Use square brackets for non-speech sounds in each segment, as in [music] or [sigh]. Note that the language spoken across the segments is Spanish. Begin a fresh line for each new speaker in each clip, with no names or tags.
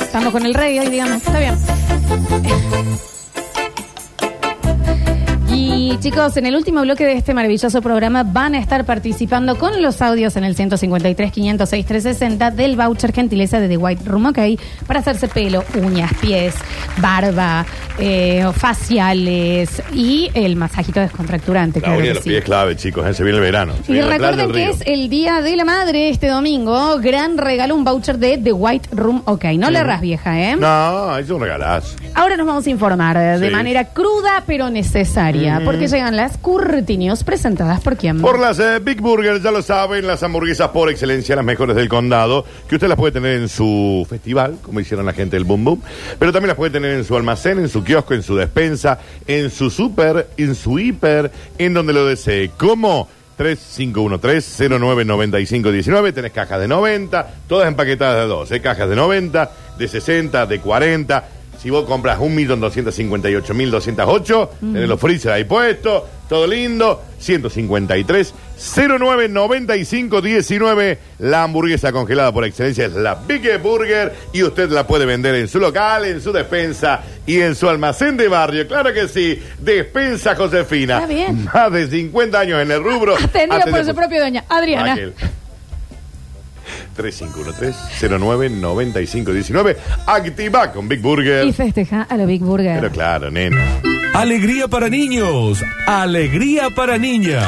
Estamos con el rey hoy, digamos. Está bien. Y chicos, en el último bloque de este maravilloso programa van a estar participando con los audios en el 153 506 360 del voucher gentileza de The White Room OK para hacerse pelo, uñas, pies, barba, eh, faciales y el masajito descontracturante.
La
claro que
uña de los
sí.
pies clave, chicos. eh, Se viene el verano. Se
Y
viene la playa,
recuerden
el
que
río.
es el Día de la Madre este domingo. Gran regalo, un voucher de The White Room OK. No le erras, vieja, ¿eh?
No, es un regalazo.
Ahora nos vamos a informar eh, de
Sí.
manera cruda pero necesaria, porque llegan las curtinios presentadas por quién.
Por las eh, Big Burgers, ya lo saben, las hamburguesas por excelencia, las mejores del condado, que usted las puede tener en su festival, como hicieron la gente del Boom Boom, pero también las puede tener en su almacén, en su kiosco, en su despensa, en su super, en su hiper, en donde lo desee. ¿Cómo? 3513-099519. Tenés cajas de 90, todas empaquetadas de dos, ¿eh? Cajas de 90, de 60, de 40. Si vos compras 1.258.208, tenés los freezer ahí puestos, todo lindo. 153 09 95 19. La hamburguesa congelada por excelencia es la Big Burger y usted la puede vender en su local, en su despensa y en su almacén de barrio. Claro que sí, Despensa Josefina.
Está bien.
Más de 50 años en el rubro.
[laughs] Atendida
Atende
por su propia doña, Adriana.
Ah, Raquel. 3513-099519. Activa con Big Burger.
Y festeja a la Big Burger.
Pero claro, nena.
Alegría para niños, alegría para niñas.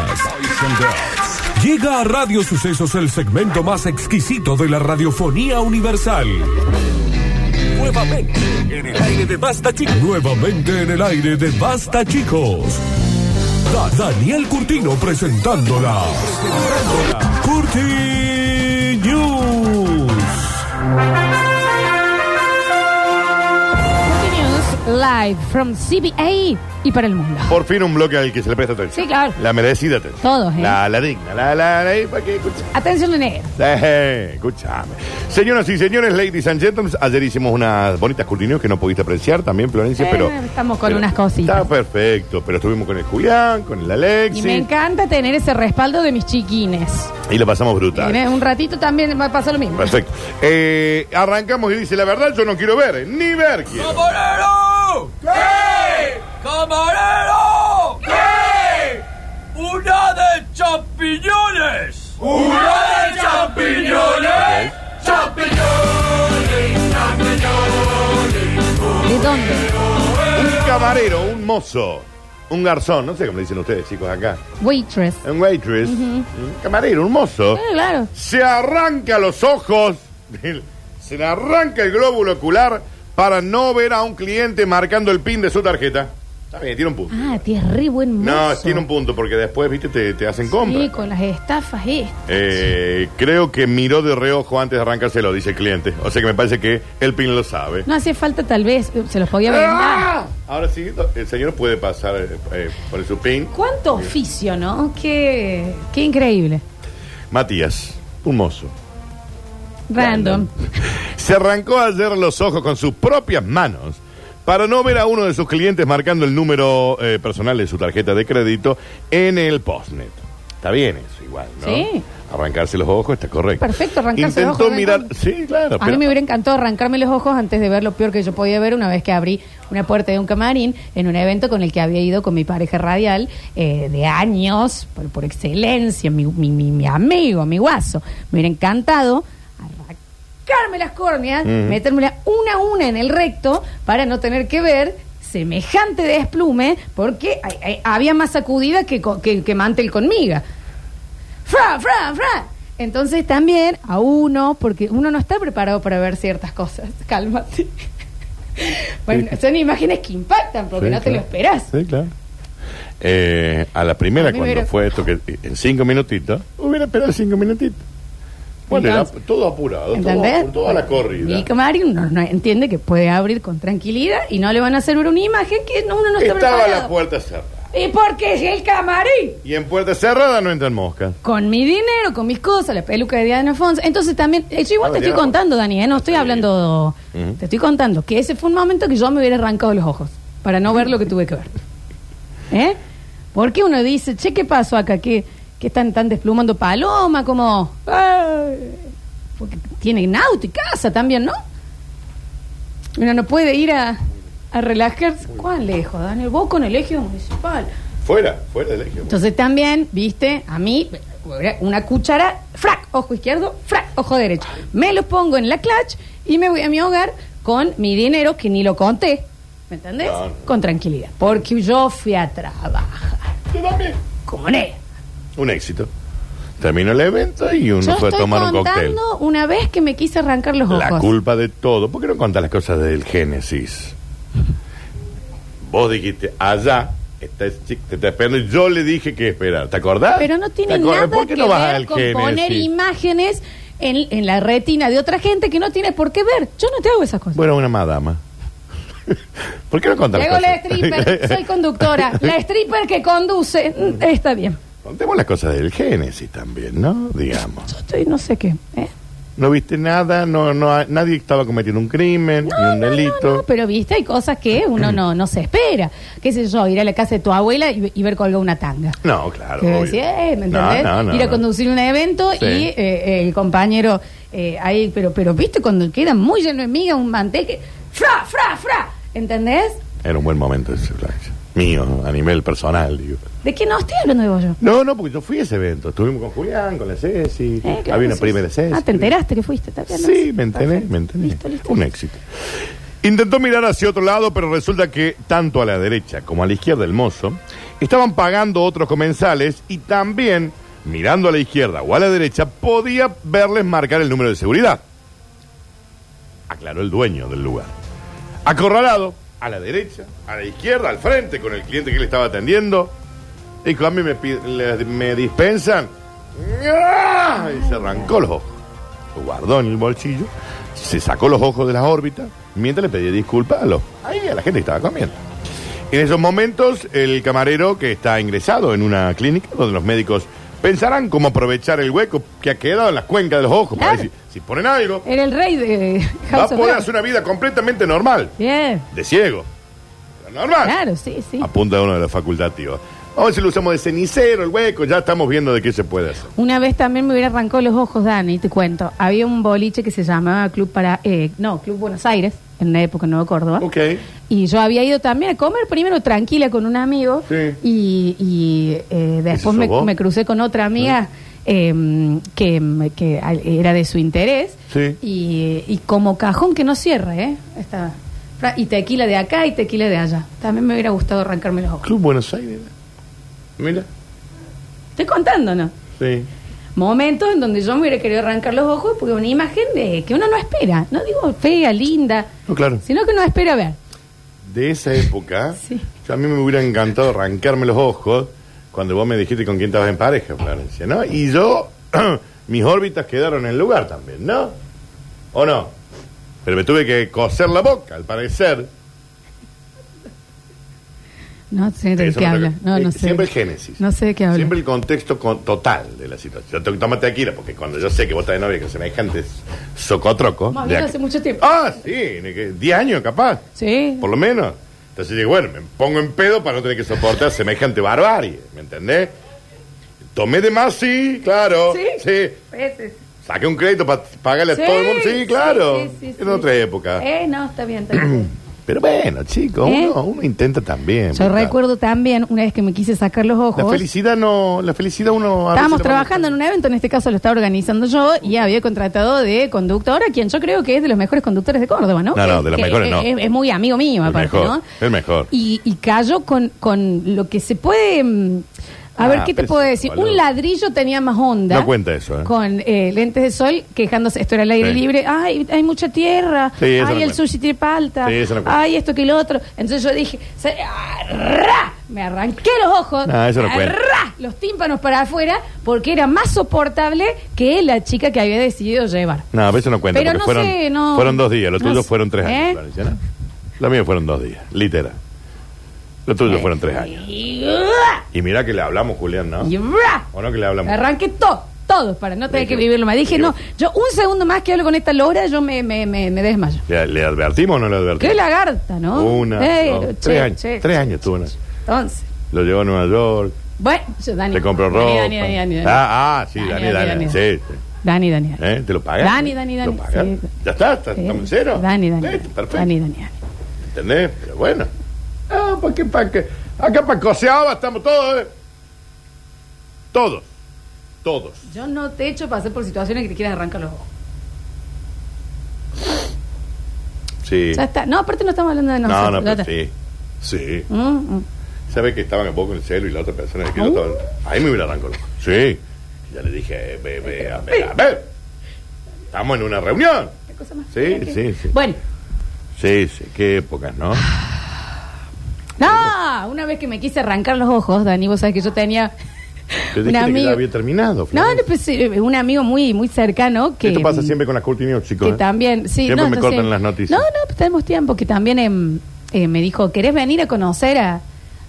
Llega a Radio Sucesos el segmento más exquisito de la radiofonía universal. Nuevamente en el aire de Basta Chicos. Nuevamente en el aire de Basta Chicos. Da- Daniel Curtino presentándola. Curti News.
Curti News live from CBA y para el mundo.
Por fin un bloque al que se le presta atención.
Sí, claro.
La merecida atención.
Todos, ¿eh?
La, la digna, la, la, la, ¿para qué escucha?
Atención, Nene.
Eh, escuchame. Señoras y señores, ladies and gentlemen, ayer hicimos unas bonitas curtinios que no pudiste apreciar también, Florencia,
Eh,
pero...
estamos con
pero
unas cositas.
Está perfecto, pero estuvimos con el Julián, con el
Y
Alexis,
me encanta tener ese respaldo de mis chiquines.
y la pasamos brutal.
En un ratito también me pasa lo mismo.
Perfecto. Eh, arrancamos y dice, la verdad yo no quiero ver, ni ver quiero.
¡Camarero! ¿Qué? ¡Camarero! ¿Qué? ¡Una de champiñones! ¡Una de champiñones! ¡Champiñones!
¿De dónde?
Un camarero, un mozo, un garzón, no sé cómo le dicen ustedes, chicos, acá.
Waitress.
Un waitress, un camarero, un mozo.
Eh, claro.
se arranca los ojos, se le arranca el glóbulo ocular para no ver a un cliente marcando el pin de su tarjeta. Está bien, tiene un punto.
Ah, tienes re buen
No,
mozo.
tiene un punto porque después, viste, te, te hacen compra.
Sí, con las estafas estas.
Eh, creo que miró de reojo antes de arrancárselo, dice el cliente. O sea que me parece que el pin lo sabe.
No hacía falta tal vez, eh, se los podía vender.
¡Ah! Ahora sí, do- el señor puede pasar eh, eh, por su pin.
¿Cuánto oficio, no? Oh, Qué, qué increíble.
Matías, un mozo.
Random.
Se arrancó ayer los ojos con sus propias manos para no ver a uno de sus clientes marcando el número eh, personal de su tarjeta de crédito en el postnet. Está bien eso, igual, ¿no?
Sí.
Arrancarse los ojos está correcto.
Perfecto, arrancarse los
Intentó
ojos,
mirar.
¿no?
Sí, claro.
A
pero-
mí me hubiera encantado arrancarme los ojos antes de ver lo peor que yo podía ver una vez que abrí una puerta de un camarín en un evento con el que había ido con mi pareja radial eh, de años, por, por excelencia, mi, mi- mi- mi amigo, mi guaso. Me hubiera encantado arrancarme las córneas, metérmela una a una en el recto para no tener que ver semejante desplume porque ay, ay, había más sacudida que, co- que, que mantel conmigo. ¡Fra, fra, fra! Entonces también a uno, porque uno no está preparado para ver ciertas cosas. [laughs] Cálmate. Bueno, son imágenes que impactan porque
Sí,
no te lo
claro.
esperas.
Sí, claro. Eh, a la primera,
A mí me
cuando
hubiera-
fue esto, que eh, en cinco minutitos, hubiera esperado cinco minutitos. Bueno, era
Entonces-
todo apurado, todo,
¿Entendés?
apu- toda la corrida.
Y que Mario no, no entiende que puede abrir con tranquilidad y no le van a hacer ver una imagen que no- uno no está
Estaba
preparado.
la puerta cerrada.
¿Y porque es el camarín?
Y en puerta cerrada no entran moscas.
Con mi dinero, con mis cosas, la peluca de Diana Fons. Entonces también, eh, yo igual
Ah,
te estoy
Diana Fons.
contando, Dani, eh, no estoy hablando,
Ujú.
te estoy contando que ese fue un momento que yo me hubiera arrancado los ojos para no ver lo que tuve que ver. [laughs] ¿Eh? Porque uno dice, che, ¿qué pasó acá? ¿Qué, qué están, tan desplumando paloma? Como, "Ay". porque tienen auto y casa también, ¿no? Uno no puede ir a, a relajarse. ¿Cuán lejos, Daniel? Vos con el eje municipal.
Fuera, fuera del eje.
Entonces también, viste, a mí, una cuchara, frac, ojo izquierdo, frac, ojo derecho. Me lo pongo en la clutch y me voy a mi hogar con mi dinero que ni lo conté. ¿Me entendés?
Claro.
Con tranquilidad. Porque yo fui a trabajar.
Yo también.
Como nea.
Un éxito. Terminó el evento y uno
Yo
fue
estoy
a tomar un cóctel.
contando una vez que me quise arrancar los ojos.
La culpa de todo. ¿Por qué no contás las cosas del Génesis? Vos dijiste, allá está ese chico, te está esperando. y Yo le dije que esperar. ¿Te acordás?
Pero no
¿Te
tiene
acordás?
nada
¿Por
que
qué no vas
ver
al
con poner
Génesis?
imágenes en, en la retina de otra gente que no tiene por qué ver. Yo no te hago esas cosas.
Bueno, una madama. [laughs] ¿Por qué no contás las
Luego la
cosas? [laughs]
stripper, soy conductora. La stripper que conduce, mm, está bien.
Contemos las cosas del Génesis también, ¿no? Digamos.
Yo estoy no sé qué. ¿eh?
No viste nada, no, no, nadie estaba cometiendo un crimen, ni un delito.
No, no, pero viste, hay cosas que uno no, no se espera. ¿Qué sé yo? Ir a la casa de tu abuela y, y ver colgado una tanga.
No, claro.
Que
obvio.
decís, eh, ¿me
No,
entendés?
no, no,
Ir a
no.
conducir un evento
Sí.
y eh, eh, el compañero eh, ahí, pero, pero viste, cuando queda muy lleno de miga, un manteque, fra, fra, fra, ¿entendés?
Era un buen momento ese, Florencia. Mío, a nivel personal, digo.
¿De qué no estoy hablando de vos yo?
No, no, porque yo fui a ese evento. Estuvimos con Julián, con la Ceci.
Eh, claro,
Había una
sí,
primera
sí.
Ceci.
Ah, te enteraste que fuiste, está bien,
Sí,
¿no?
me enteré,
Perfecto.
me enteré.
Listo, listo.
Un éxito. Intentó mirar hacia otro lado, pero resulta que tanto a la derecha como a la izquierda del mozo estaban pagando otros comensales y también, mirando a la izquierda o a la derecha, podía verles marcar el número de seguridad. Aclaró el dueño del lugar. Acorralado, a la derecha, a la izquierda, al frente, con el cliente que le estaba atendiendo. Dijo, a mí me, pi- le- me dispensan. ¡Ah! Y se arrancó los ojos. Lo guardó en el bolsillo, se sacó los ojos de las órbitas, mientras le pedía disculpas a, los- ahí a la gente que estaba comiendo. En esos momentos, el camarero que está ingresado en una clínica, donde los médicos pensarán cómo aprovechar el hueco que ha quedado en las cuencas de los ojos. Para
Claro. Eh,
decir, si ponen algo,
Era el rey de
va
House
a
of
poder
Cards.
hacer una vida completamente normal,
Bien,
de ciego. Pero Normal.
claro, sí, sí.
Apunta uno de los facultativos. Vamos a ver si lo usamos de cenicero, el hueco, ya estamos viendo de qué se puede hacer.
Una vez también me hubiera arrancado los ojos, Dani, te cuento. Había un boliche que se llamaba Club para eh, no, Club Buenos Aires, en una época en Nueva Córdoba.
Ok.
Y yo había ido también a comer primero tranquila con un amigo
Sí.
y, y, eh,
¿Ese sos
después me,
vos?
me crucé con otra amiga eh, que, que al- era de su interés
Sí.
y, y como cajón que no cierre, ¿eh? Esta- fra- y tequila de acá y tequila de allá. También me hubiera gustado arrancarme los ojos.
Club Buenos Aires. Mira.
Estoy contando, ¿no?
Sí.
Momentos en donde yo me hubiera querido arrancar los ojos porque una imagen de que uno no espera. No digo fea, linda,
No, claro.
sino que no espera ver.
De esa época,
Sí.
yo a mí me hubiera encantado arrancarme los ojos cuando vos me dijiste con quién estabas en pareja, Florencia, ¿no? Y yo, [clears throat] mis órbitas quedaron en el lugar también, ¿no? ¿O no? Pero me tuve que coser la boca, al parecer.
No sé de
Eso
qué
me
habla.
toca-
No,
Eh,
no sé.
Siempre el génesis.
No sé de qué habla.
Siempre el contexto con- total de la situación. Yo tengo que tomar tequila, porque cuando yo sé que vos estás de novia con semejantes socotrocos...
Más
de
bien
acá-
hace mucho tiempo.
Ah, sí, ni que- 10 años capaz.
Sí.
por lo menos. Entonces digo, bueno, me pongo en pedo para no tener
[laughs]
que soportar semejante barbarie, ¿me entendés? Tomé de más, sí, claro.
Sí.
Sí.
Veces.
Saqué un crédito para pagarle
Sí,
a todo el mundo, sí,
sí,
claro.
sí, sí,
en
sí.
otra época.
Eh, no, está bien, está
[clears throat]
bien.
Pero bueno, chicos,
¿Eh?
uno, uno intenta también.
Yo
¿verdad?
recuerdo también una vez que me quise sacar los ojos.
La felicidad no, la felicidad uno... a veces
Estábamos
la va
trabajando en un evento, en este caso lo estaba organizando yo, y había contratado de conductor a quien yo creo que es de los mejores conductores de Córdoba, ¿no?
No, no, de los
Que
mejores
es,
no.
Es, es muy amigo mío,
El
aparte,
mejor,
¿no?
el mejor.
Y, y cayó con, con lo que se puede. mm, A
Ah,
ver, ¿qué te
pero
puedo
eso,
decir?
boludo.
Un ladrillo tenía más onda.
No cuenta eso, ¿eh?
Con eh, lentes de sol quejándose. Esto era el aire
Sí.
libre. Ay, hay mucha tierra.
Sí, eso no
Ay, el
cuenta.
sushi tiene palta.
Sí, eso no cuenta.
Ay, esto que lo otro. Entonces yo dije, se- ¡Arra! me arranqué los ojos.
No, eso no cuenta.
¡Arra! los tímpanos para afuera porque era más soportable que la chica que había decidido llevar.
No, a veces no cuenta,
Pero
porque
no
fueron,
sé, no-
fueron dos días, los
no
tuyos
sé,
fueron tres
¿eh?
años, Florencia, ¿no? Los míos fueron dos días, literal. Los tuyos fueron tres años.
Y, ¡ra!
Y mirá que le hablamos, Julián, ¿no?
y ¡ra!
¿O no que le hablamos?
Arranqué todo, todo, para no tener que
Dije,
vivirlo más. Dije,
dije,
no, yo un segundo más que hablo con esta lora, yo me, me, me, me desmayo.
¿Le, le advertimos o no le advertimos?
Qué lagarta, ¿no?
Una,
Eh,
dos,
che,
tres años.
che.
tres años tuvo una.
Entonces,
Lo llevó a Nueva York,
bueno, yo, Dani.
le compró
Dani,
ropa.
Dani, Dani, Dani.
Ah, ah, sí, Dani, Dani.
Dani, Dani.
Sí, sí.
Dani, Dani. Dani.
¿Eh? ¿Te lo pagan?
Dani, Dani,
¿Te
Dani,
lo pagan?
sí.
Ya está, está-
Sí.
estamos en cero.
Dani, Dani.
Listo, perfecto.
Dani, Dani, Dani.
¿Entendés? Pero bueno. Ah, ¿para qué? ¿Para qué? Acá para Coseaba estamos todos. eh. Todos. Todos.
Yo no te echo pasar por situaciones que te quieras arrancar los ojos.
Sí.
Ya está. No, aparte no estamos hablando de
No,
nosotros.
no,
ya
pero
está.
sí. Sí.
Mm, mm.
¿Sabes que estaban a poco en el celo y la otra persona que yo estaba. Ahí me hubiera arrancado. Sí. Ya le dije, eh, ve, ve, a ver, a ver. Estamos en una reunión.
Qué cosa más
Sí,
fea que-
sí, sí.
Bueno,
Sí, sí, qué épocas, ¿no?
Ah, no, una vez que me quise arrancar los ojos, Dani, vos sabés que yo tenía
Te
un
dije que ya
amigo.
había terminado.
No,
Florencia.
no, pues, eh, un amigo muy, muy cercano que.
Esto pasa siempre con las cortinas, chicos.
Que
¿eh?
también, sí.
Siempre
no,
me
entonces-
cortan las noticias.
No, no, pues tenemos tiempo. Que también em, eh, me dijo, ¿querés venir a conocer a...?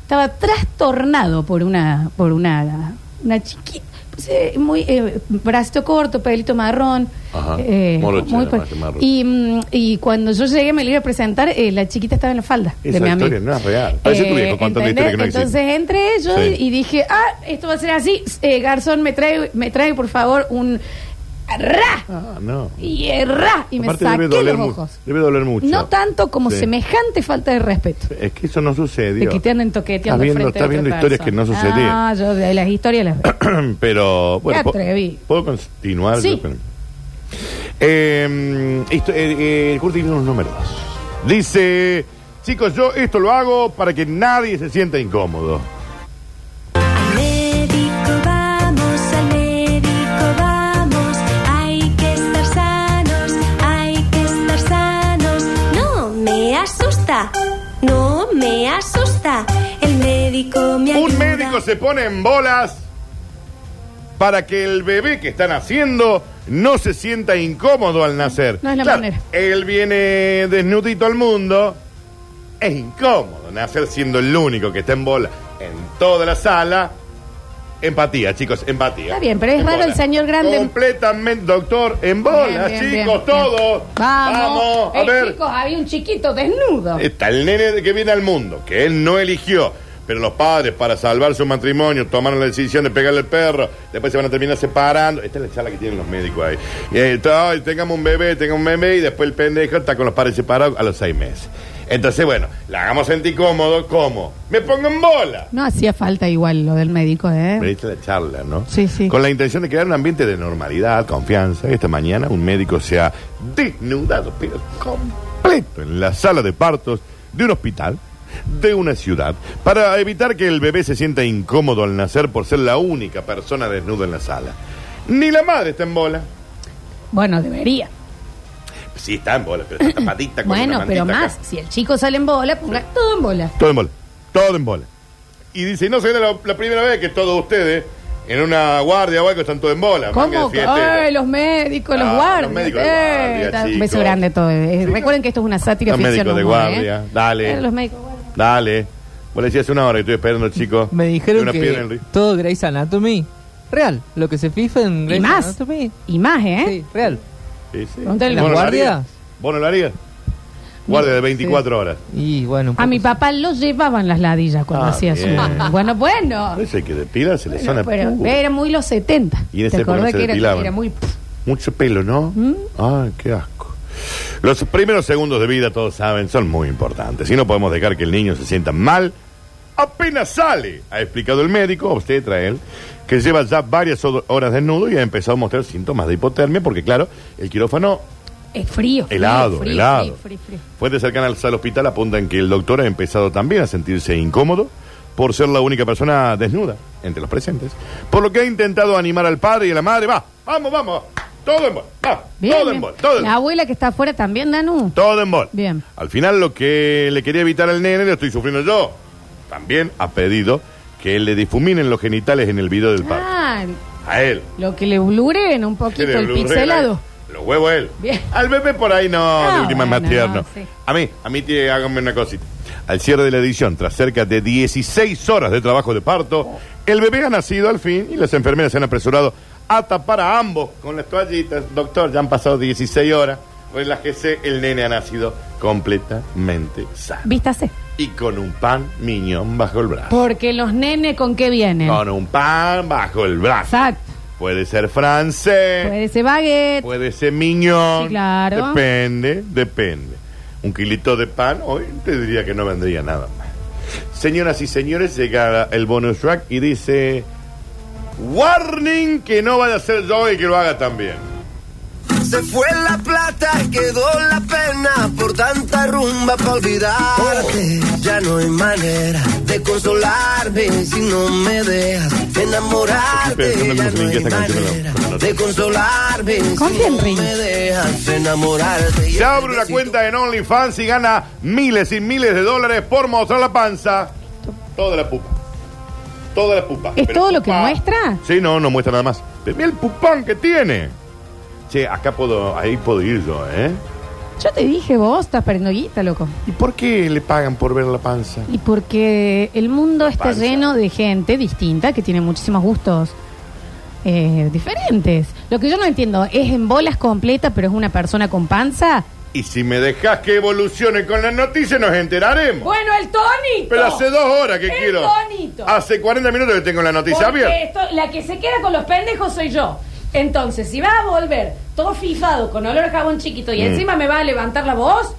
Estaba trastornado por una... Por una, una chiquita... pues, eh, muy eh, bracito corto, pelito marrón. eh,
Ajá. Morocha,
muy
además,
pa-
que marrón.
y, mm, y cuando yo llegué, me lo iba a presentar, eh, la chiquita estaba en la falda de
Esa
mi
historia
amigo.
no es real. Parece tu viejo contando historias que no existen.
Entonces entré yo
Sí.
y- y dije, ah, esto va a ser así. eh, garzón, me trae, me trae, por favor, un... ¡Ra!
Ah, no.
y erra y me
Aparte
saqué
debe doler,
los
mu-
ojos.
debe doler mucho.
No tanto como
Sí.
semejante falta de respeto.
Es que eso no sucedió.
De que te anden toqueteando
Estás viendo,
frente a
estás
otra
viendo historias que no
persona.
sucedían.
Ah, yo de las historias las
[coughs]
veo.
[clears throat] Pero bueno,
Me
po-
atreví.
¿puedo continuar?
Sí.
Yo con- Eh, esto- eh, eh, el curso tiene unos números. Dice, chicos, yo esto lo hago para que nadie se sienta incómodo.
Al médico vamos, al médico vamos, hay que estar sanos, hay que estar sanos. No me asusta, no me asusta. El médico me ayuda.
Un médico se pone en bolas para que el bebé que están haciendo no se sienta incómodo al nacer.
No es la
Claro,
manera.
Él viene desnudito al mundo. Es incómodo nacer siendo el único que está en bola en toda la sala. Empatía, chicos, empatía.
Está bien, pero es
En
raro
bola.
el señor grande.
Completamente, doctor, en bola,
Bien, bien, bien,
chicos, todos.
bien. Vamos.
a
Eh,
ver. Eh,
Chicos, había un chiquito desnudo.
Está el nene que viene al mundo, que él no eligió. Pero los padres, para salvar su matrimonio, tomaron la decisión de pegarle al perro. Después se van a terminar separando. Esta es la charla que tienen los médicos ahí. Y, eh, está, "Ay, tengamos un bebé, tengamos un bebé. Y después el pendejo está con los padres separados a los seis meses. Entonces, bueno, la hagamos sentir cómodo. ¿Cómo? Me pongo en bola.
No hacía falta igual lo del médico,
Me
¿eh?
diste la charla, ¿no?
Sí, sí.
Con la intención de crear un ambiente de normalidad, confianza. Esta mañana un médico se ha desnudado, pero completo, en la sala de partos de un hospital de una ciudad para evitar que el bebé se sienta incómodo al nacer por ser la única persona desnuda en la sala. Ni la madre está en bola.
Bueno, debería.
Sí, está en bola, pero está tapadita con
Bueno,
una
pero
mantita acá.
más. Si el chico sale en bola, ponga todo en bola.
Todo en bola. Todo en bola. Y dice, no será la, la primera vez que todos ustedes en una guardia o algo están todos en bola. manga
¿Cómo?
de fiestera.
Ay, los médicos, los
Ah,
guardias.
los médicos de
eh,
guardia,
está- un
chicos.
beso grande todo. eh.
Sí.
Recuerden que esto es una sátira
Los
ficción.
médicos de
no humor,
guardia,
eh.
dale.
Eh, Los médicos de guardia.
Dale. Vos le decías hace una hora que estoy esperando, chico.
Me dijeron
Una piedra en el
que
río.
todo Grey's Anatomy. Real. Lo que se FIFA en
Y
Grey's
más.
Anatomy.
Y más, ¿eh?
Sí, real.
Sí, sí.
Pregúntale
¿Vos
a los
no lo
guardias.
harías? ¿Vos no lo harías? Guardia de 24 horas.
Y bueno, un
A
poco
mi
sí.
papá lo llevaban las ladillas cuando
Ah,
hacía
bien.
su. [laughs] Bueno, bueno.
Parece que depila se le
Bueno,
zona.
pero
Uh,
era muy los 70.
Y en esa
¿Te
época
acordás
no se
que era,
depilaban.
era muy.
Mucho pelo, ¿no?
¿Mm?
Ay, qué asco. Los primeros segundos de vida, todos saben, son muy importantes. Y no podemos dejar que el niño se sienta mal apenas sale, ha explicado el médico, obstetra él, que lleva ya varias ho- horas desnudo y ha empezado a mostrar síntomas de hipotermia porque, claro, el quirófano
Es frío. frío,
Helado,
frío,
helado.
frío, frío, frío.
Fuentes cercanas al hospital apuntan que el doctor ha empezado también a sentirse incómodo por ser la única persona desnuda entre los presentes, por lo que ha intentado animar al padre y a la madre. Va, vamos, vamos, todo en bol, va,
Bien,
todo en
bien.
bol, todo en
La
bol.
abuela que está afuera también, Nanu.
Todo en bol.
Bien.
Al final lo que le quería evitar al nene lo estoy sufriendo yo. También ha pedido que le difuminen los genitales en el video del padre.
Ah,
A él.
lo que le bluren un poquito
Quiere
el
Blu-ray,
pixelado.
Los huevos él.
Bien. Ah,
Al bebé por ahí no, de última es
bueno,
más tierno.
no, sí.
A mí, a mí te háganme una cosita. Al cierre de la edición, tras cerca de 16 horas de trabajo de parto, el bebé ha nacido al fin y las enfermeras se han apresurado a tapar a ambos con las toallitas. Doctor, ya han pasado 16 horas. Relájese, el nene ha nacido completamente sano.
Vístase.
Y con un pan miñón bajo el brazo.
Porque los nenes con qué vienen.
Con un pan bajo el brazo.
Exacto.
puede ser francés, Eh. puede,
Puede ser baguette.
ser miñón.
Sí, claro.
Depende, depende. Un kilito de pan, hoy te diría que no vendría nada más. Señoras y señores, llega el bonus track y dice: Warning que no vaya a ser yo el que lo haga también.
Se fue la plata y quedó la pena por tanta rumba para olvidarte. Ya no hay manera de consolarme si no me dejas de
Estoy
enamorarte.
pensando
Ya
en
no
Ring,
hay
esta canción no- no-
manera de consolarme
Confía
si
en
no
Ring.
me dejas de enamorarte.
Se abre una cuenta en OnlyFans y gana miles y miles de dólares por mostrar la panza. Toda la pupa. Toda la pupa.
¿Es todo lo que
pupa-
muestra?
Sí, no, no muestra nada más. Pero mira el pupón que tiene. Che, acá puedo, ahí puedo ir yo, ¿eh?
Yo te dije, vos estás perdiendo guita, loco.
¿Y por qué le pagan por ver la panza?
Y porque el mundo está
Panza.
lleno de gente distinta que tiene muchísimos gustos eh, diferentes. Lo que yo no entiendo es en bolas completa, pero es una persona con panza.
Y si me dejas que evolucione con las noticias, nos enteraremos.
Bueno, el Tony.
Pero hace dos horas que
El
quiero.
tonito.
Hace 40 minutos que tengo la noticia
Porque
abierta.
esto- la que se queda con los pendejos soy yo. Entonces, si va a volver todo fifado con olor a jabón chiquito
Mm.
y encima me va a levantar la voz,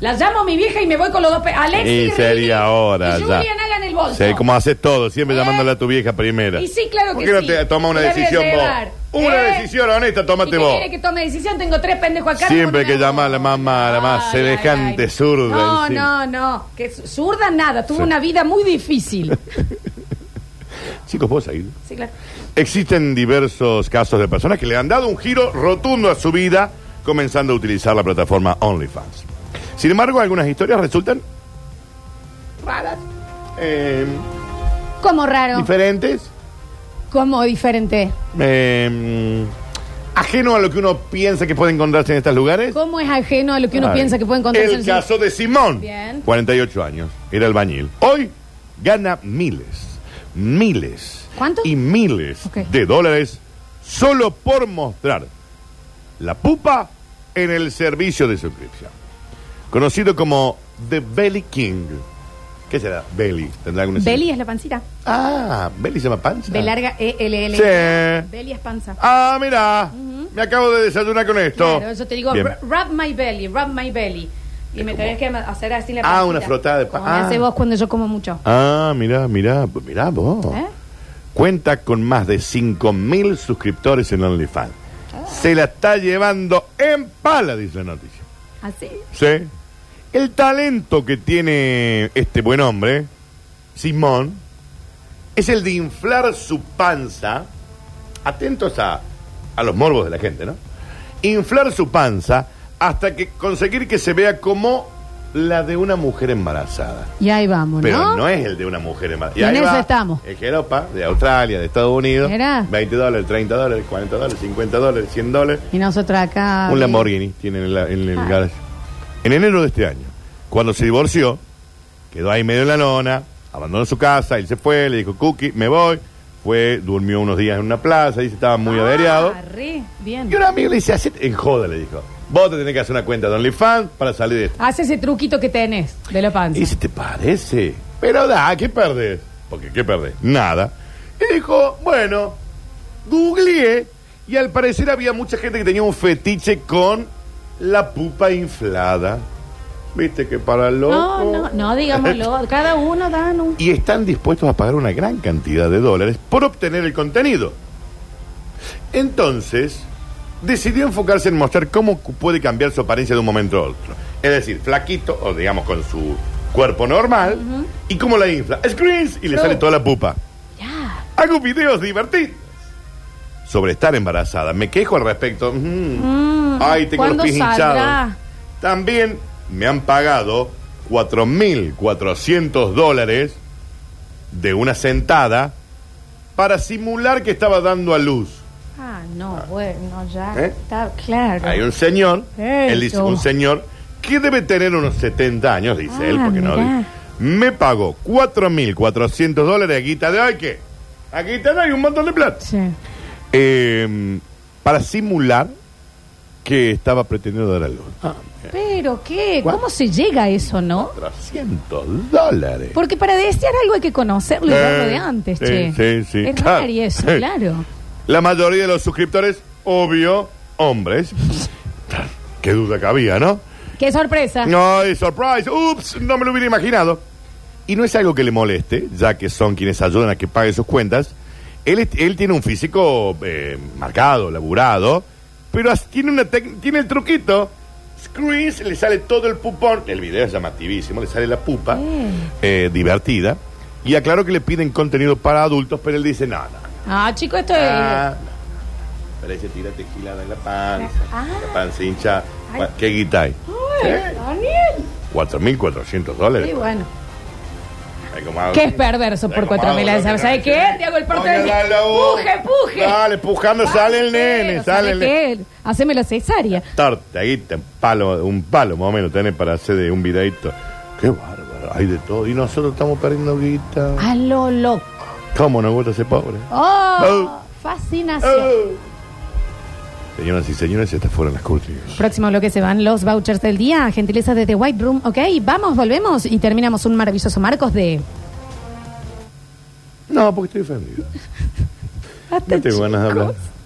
la llamo a mi vieja y me voy con los dos pe- Alexis
Y
Rini
sería ahora
y
ya.
Julian Alan el bolso.
Sí, como haces todo, siempre
¿Eh?
llamándole a tu vieja primera.
Y sí, claro
¿Por
que
qué no
sí.
te toma una
La voy a
decisión vos?
llevar.
Una
¿Eh?
decisión honesta,
¿Y
tómate
qué
vos.
quiere que tome decisión? Tengo tres pendejos acá.
Siempre
no
que
me
llama a la
hago.
mamá, la más
Ay,
semejante
ay, ay.
zurda.
No, no,
encima.
no. Que su- zurda nada. Tuvo
Sí.
una vida muy
[laughs]
difícil.
Chicos, ¿puedo seguir?
Sí, claro.
Existen diversos casos de personas que le han dado un giro rotundo a su vida comenzando a utilizar la plataforma OnlyFans. Sin embargo, algunas historias resultan raras, eh,
Como raro.
diferentes,
como diferente.
eh, ajeno a lo que uno piensa que puede encontrarse en estos lugares.
¿Cómo es ajeno a lo que uno
Ay.
piensa que puede encontrar
El caso de Simón,
Bien.
48 años, era albañil. Hoy gana miles, miles
¿Cuánto?
y miles
Ok.
de dólares solo por mostrar la pupa en el servicio de suscripción. Conocido como The Belly King. ¿Qué será? Belly. ¿Tendrá alguna
Beli es la pancita.
Ah, Belly se llama panza.
B larga E L L.
Sí.
Belly es panza.
Ah, mira, me acabo de desayunar con esto.
Claro, yo te digo,
Bien.
"Ru- rub my belly, rub my belly. Y me tenés que ma- hacer así la
Ah,
pancita.
una frotada de pa-
Como me hace
ah.
vos cuando yo como mucho.
Ah, mira, mira, mira vos.
¿Eh?
Cuenta con más de 5.000 suscriptores en OnlyFans. Se la está llevando en pala, dice la noticia.
Así.
¿Sí? El talento que tiene este buen hombre, Simón, es el de inflar su panza. Atentos a, a los morbos de la gente, ¿no? Inflar su panza hasta que conseguir que se vea como la de una mujer embarazada.
Y ahí vamos,
Pero
¿no?
no, es el de una mujer en
Y en eso estamos.
El Jeropa, de Australia, de Estados Unidos.
Mirá.
20 dólares, 30 dólares, 40 dólares, 50 dólares, 100 dólares.
Y nosotros acá.
Un Lamborghini tiene en, la- en el
Ah.
garage. En enero de este año, cuando se divorció, quedó ahí medio en la lona, abandonó su casa, él se fue, le dijo, Cookie, me voy. Fue, durmió unos días en una plaza, dice, estaba muy averiado.
Ah, re, bien.
Y un amigo le dice, hacete en joda, le dijo. Vos te tenés que hacer una cuenta de OnlyFans para salir de esto.
Hace ese truquito que tenés de la panza.
Y si te parece. Pero da, ¿qué perdés? Porque ¿qué perdés? Nada. Y dijo, bueno, googleé y al parecer había mucha gente que tenía un fetiche con la pupa inflada. Viste que para loco...
No, no, no,
[laughs]
digámoslo. Cada uno da un.
y están dispuestos a pagar una gran cantidad de dólares por obtener el contenido. Entonces, decidió enfocarse en mostrar cómo cu- puede cambiar su apariencia de un momento a otro. Es decir, flaquito, o digamos con su cuerpo normal, y cómo la infla. Screens y le
No.
sale toda la pupa.
Ya.
Hago videos divertidos sobre estar embarazada. Me quejo al respecto. Mm. Ay, tengo los
¿cuándo
pies
saldrá?
hinchados. También me han pagado 4.400 dólares de una sentada para simular que estaba dando a luz.
Ah, no, bueno, ya.
¿Eh?
Está claro.
Hay un señor,
Eso.
él dice, un señor que debe tener unos 70 años, dice
Ah,
él, porque no
mirá.
dice. Me pagó 4.400 dólares de guita de hoy, ¿qué? A guita de hoy, un montón de plata.
Sí.
eh, para simular que estaba pretendiendo dar a luz. Ah,
¿Pero qué?
¿Cuál?
¿Cómo se llega a eso, no?
300 dólares.
Porque para desear algo hay que conocerlo y
Eh,
verlo de antes,
sí,
che.
sí, sí,
Es
claro.
raro y eso,
Sí.
claro.
La mayoría de los suscriptores, obvio, hombres. Qué duda cabía, ¿no?
¡Qué sorpresa!
No, es surprise. Ups, no me lo hubiera imaginado. Y no es algo que le moleste, ya que son quienes ayudan a que pague sus cuentas. Él, es- él tiene un físico eh, marcado, laburado, pero as- tiene, una tec- tiene el truquito. Screens, le sale todo el pupón. El video es llamativísimo, le sale la pupa, eh, divertida. Y aclaro que le piden contenido para adultos, pero él dice, nada.
Ah, chico, esto es.
Ah, Parece tírate gilada en la panza.
Ah.
La panza hincha. Bueno, ¿Qué guita hay?
Ay, Daniel.
4.400 dólares.
Sí, bueno.
Ay, como hago-
Que es perverso
Ay,
por
como
cuatro
hago
mil
loco,
¿Sabes
¿no?
qué? Te hago el porte de
Póngala la Ah, voz.
Puje, puje.
Dale, pujando, sale el nene, sale el nene.
¿Qué? Haceme la cesárea.
Torta, guita, un palo, un palo más o menos tenés para hacer de un videito. Qué bárbaro, hay de todo. Y nosotros estamos perdiendo guita.
A lo loco.
¿Cómo nos gusta ser pobre?
Oh,
Oh.
fascinación.
Señoras y señores, estas fueron las curtidas.
Próximo bloque se van los vouchers del día, gentileza desde White Room, ¿ok? Vamos, volvemos y terminamos un maravilloso Marcos de...
No, porque estoy ofendido.
Hasta
No tengo ganas de hablar.
chicos.